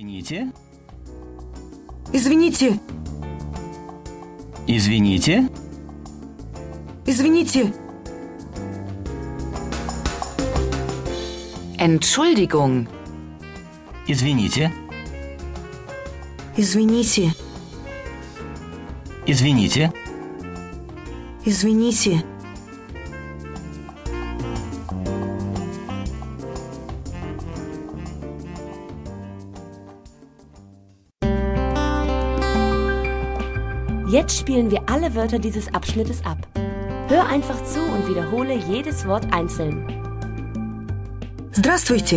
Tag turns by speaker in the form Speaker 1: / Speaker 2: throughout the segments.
Speaker 1: Извините,
Speaker 2: Извините,
Speaker 1: извините,
Speaker 2: извините,
Speaker 3: Entschuldigung.
Speaker 1: извините,
Speaker 2: извините,
Speaker 1: извините,
Speaker 2: извините,
Speaker 4: Jetzt spielen wir alle Wörter dieses Abschnittes ab. Hör einfach zu und wiederhole jedes Wort einzeln.
Speaker 2: здравствуйте.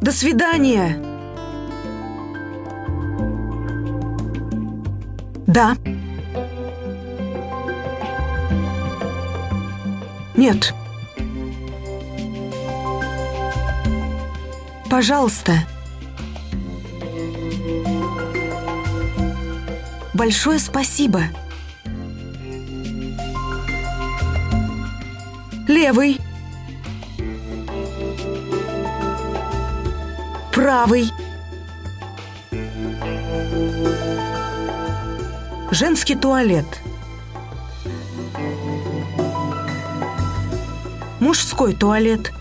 Speaker 2: До свидания. Да. Нет. Пожалуйста. Большое спасибо. Левый. Правый. Женский туалет. Мужской туалет.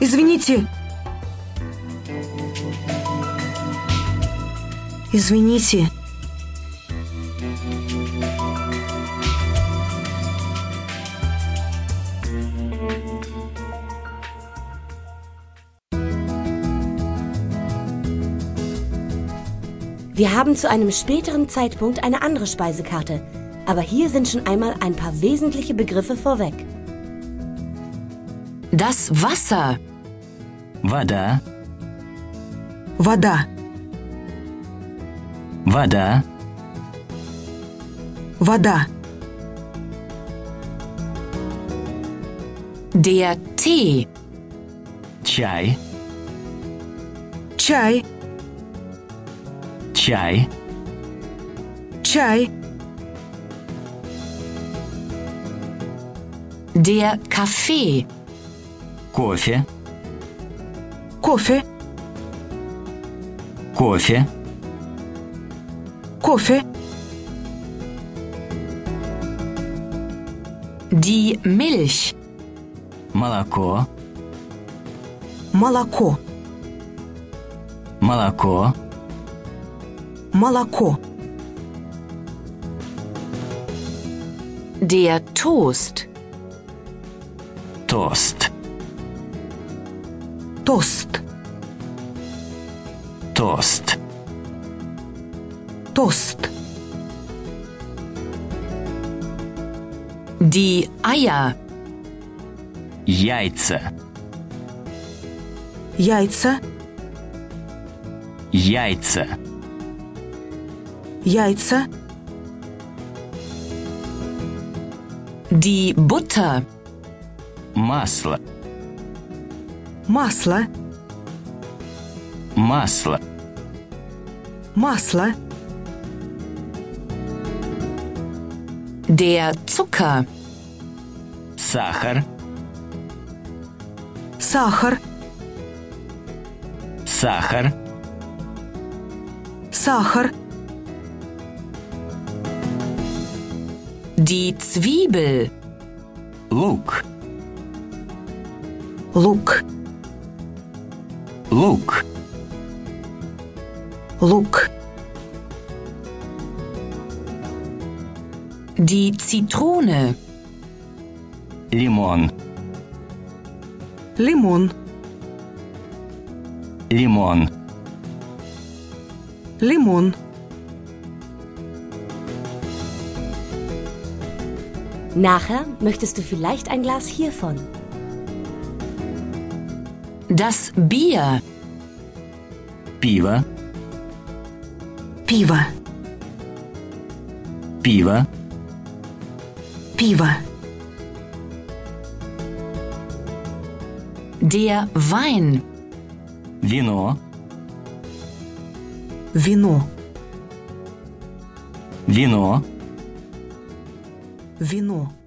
Speaker 2: Извините. Извините.
Speaker 4: Wir haben zu einem späteren Zeitpunkt eine andere Speisekarte, aber hier sind schon einmal ein paar wesentliche Begriffe vorweg.
Speaker 3: Das Wasser.
Speaker 1: вода,
Speaker 2: Вода.
Speaker 1: вода,
Speaker 2: Вода.
Speaker 3: Der Tee.
Speaker 1: чай,
Speaker 2: Чай.
Speaker 1: чай,
Speaker 2: Чай.
Speaker 3: Der Kaffee.
Speaker 1: кофе,
Speaker 2: Кофе.
Speaker 1: кофе,
Speaker 2: Кофе.
Speaker 3: Die Milch.
Speaker 1: молоко,
Speaker 2: Молоко.
Speaker 1: молоко,
Speaker 2: Молоко.
Speaker 3: Der Toast.
Speaker 1: тост,
Speaker 2: Тост.
Speaker 1: тост,
Speaker 2: Тост.
Speaker 3: Die Eier.
Speaker 1: яйца,
Speaker 2: Яйца.
Speaker 1: яйца,
Speaker 2: Яйца.
Speaker 3: Die Butter.
Speaker 1: масло,
Speaker 2: Масло.
Speaker 1: масло,
Speaker 2: Масло.
Speaker 3: Der Zucker.
Speaker 1: сахар,
Speaker 2: Сахар.
Speaker 1: сахар,
Speaker 2: Сахар.
Speaker 3: Die Zwiebel.
Speaker 1: лук,
Speaker 2: Лук.
Speaker 1: лук,
Speaker 2: Лук.
Speaker 3: Die Zitrone.
Speaker 1: лимон,
Speaker 2: Лимон.
Speaker 1: лимон,
Speaker 2: Лимон.
Speaker 4: Nachher möchtest du vielleicht ein Glas hiervon.
Speaker 3: Das Bier.
Speaker 1: пиво,
Speaker 2: Пиво.
Speaker 1: пиво,
Speaker 2: Пиво.
Speaker 3: Der Wein.
Speaker 1: вино,
Speaker 2: Вино.
Speaker 1: вино.
Speaker 2: Вино.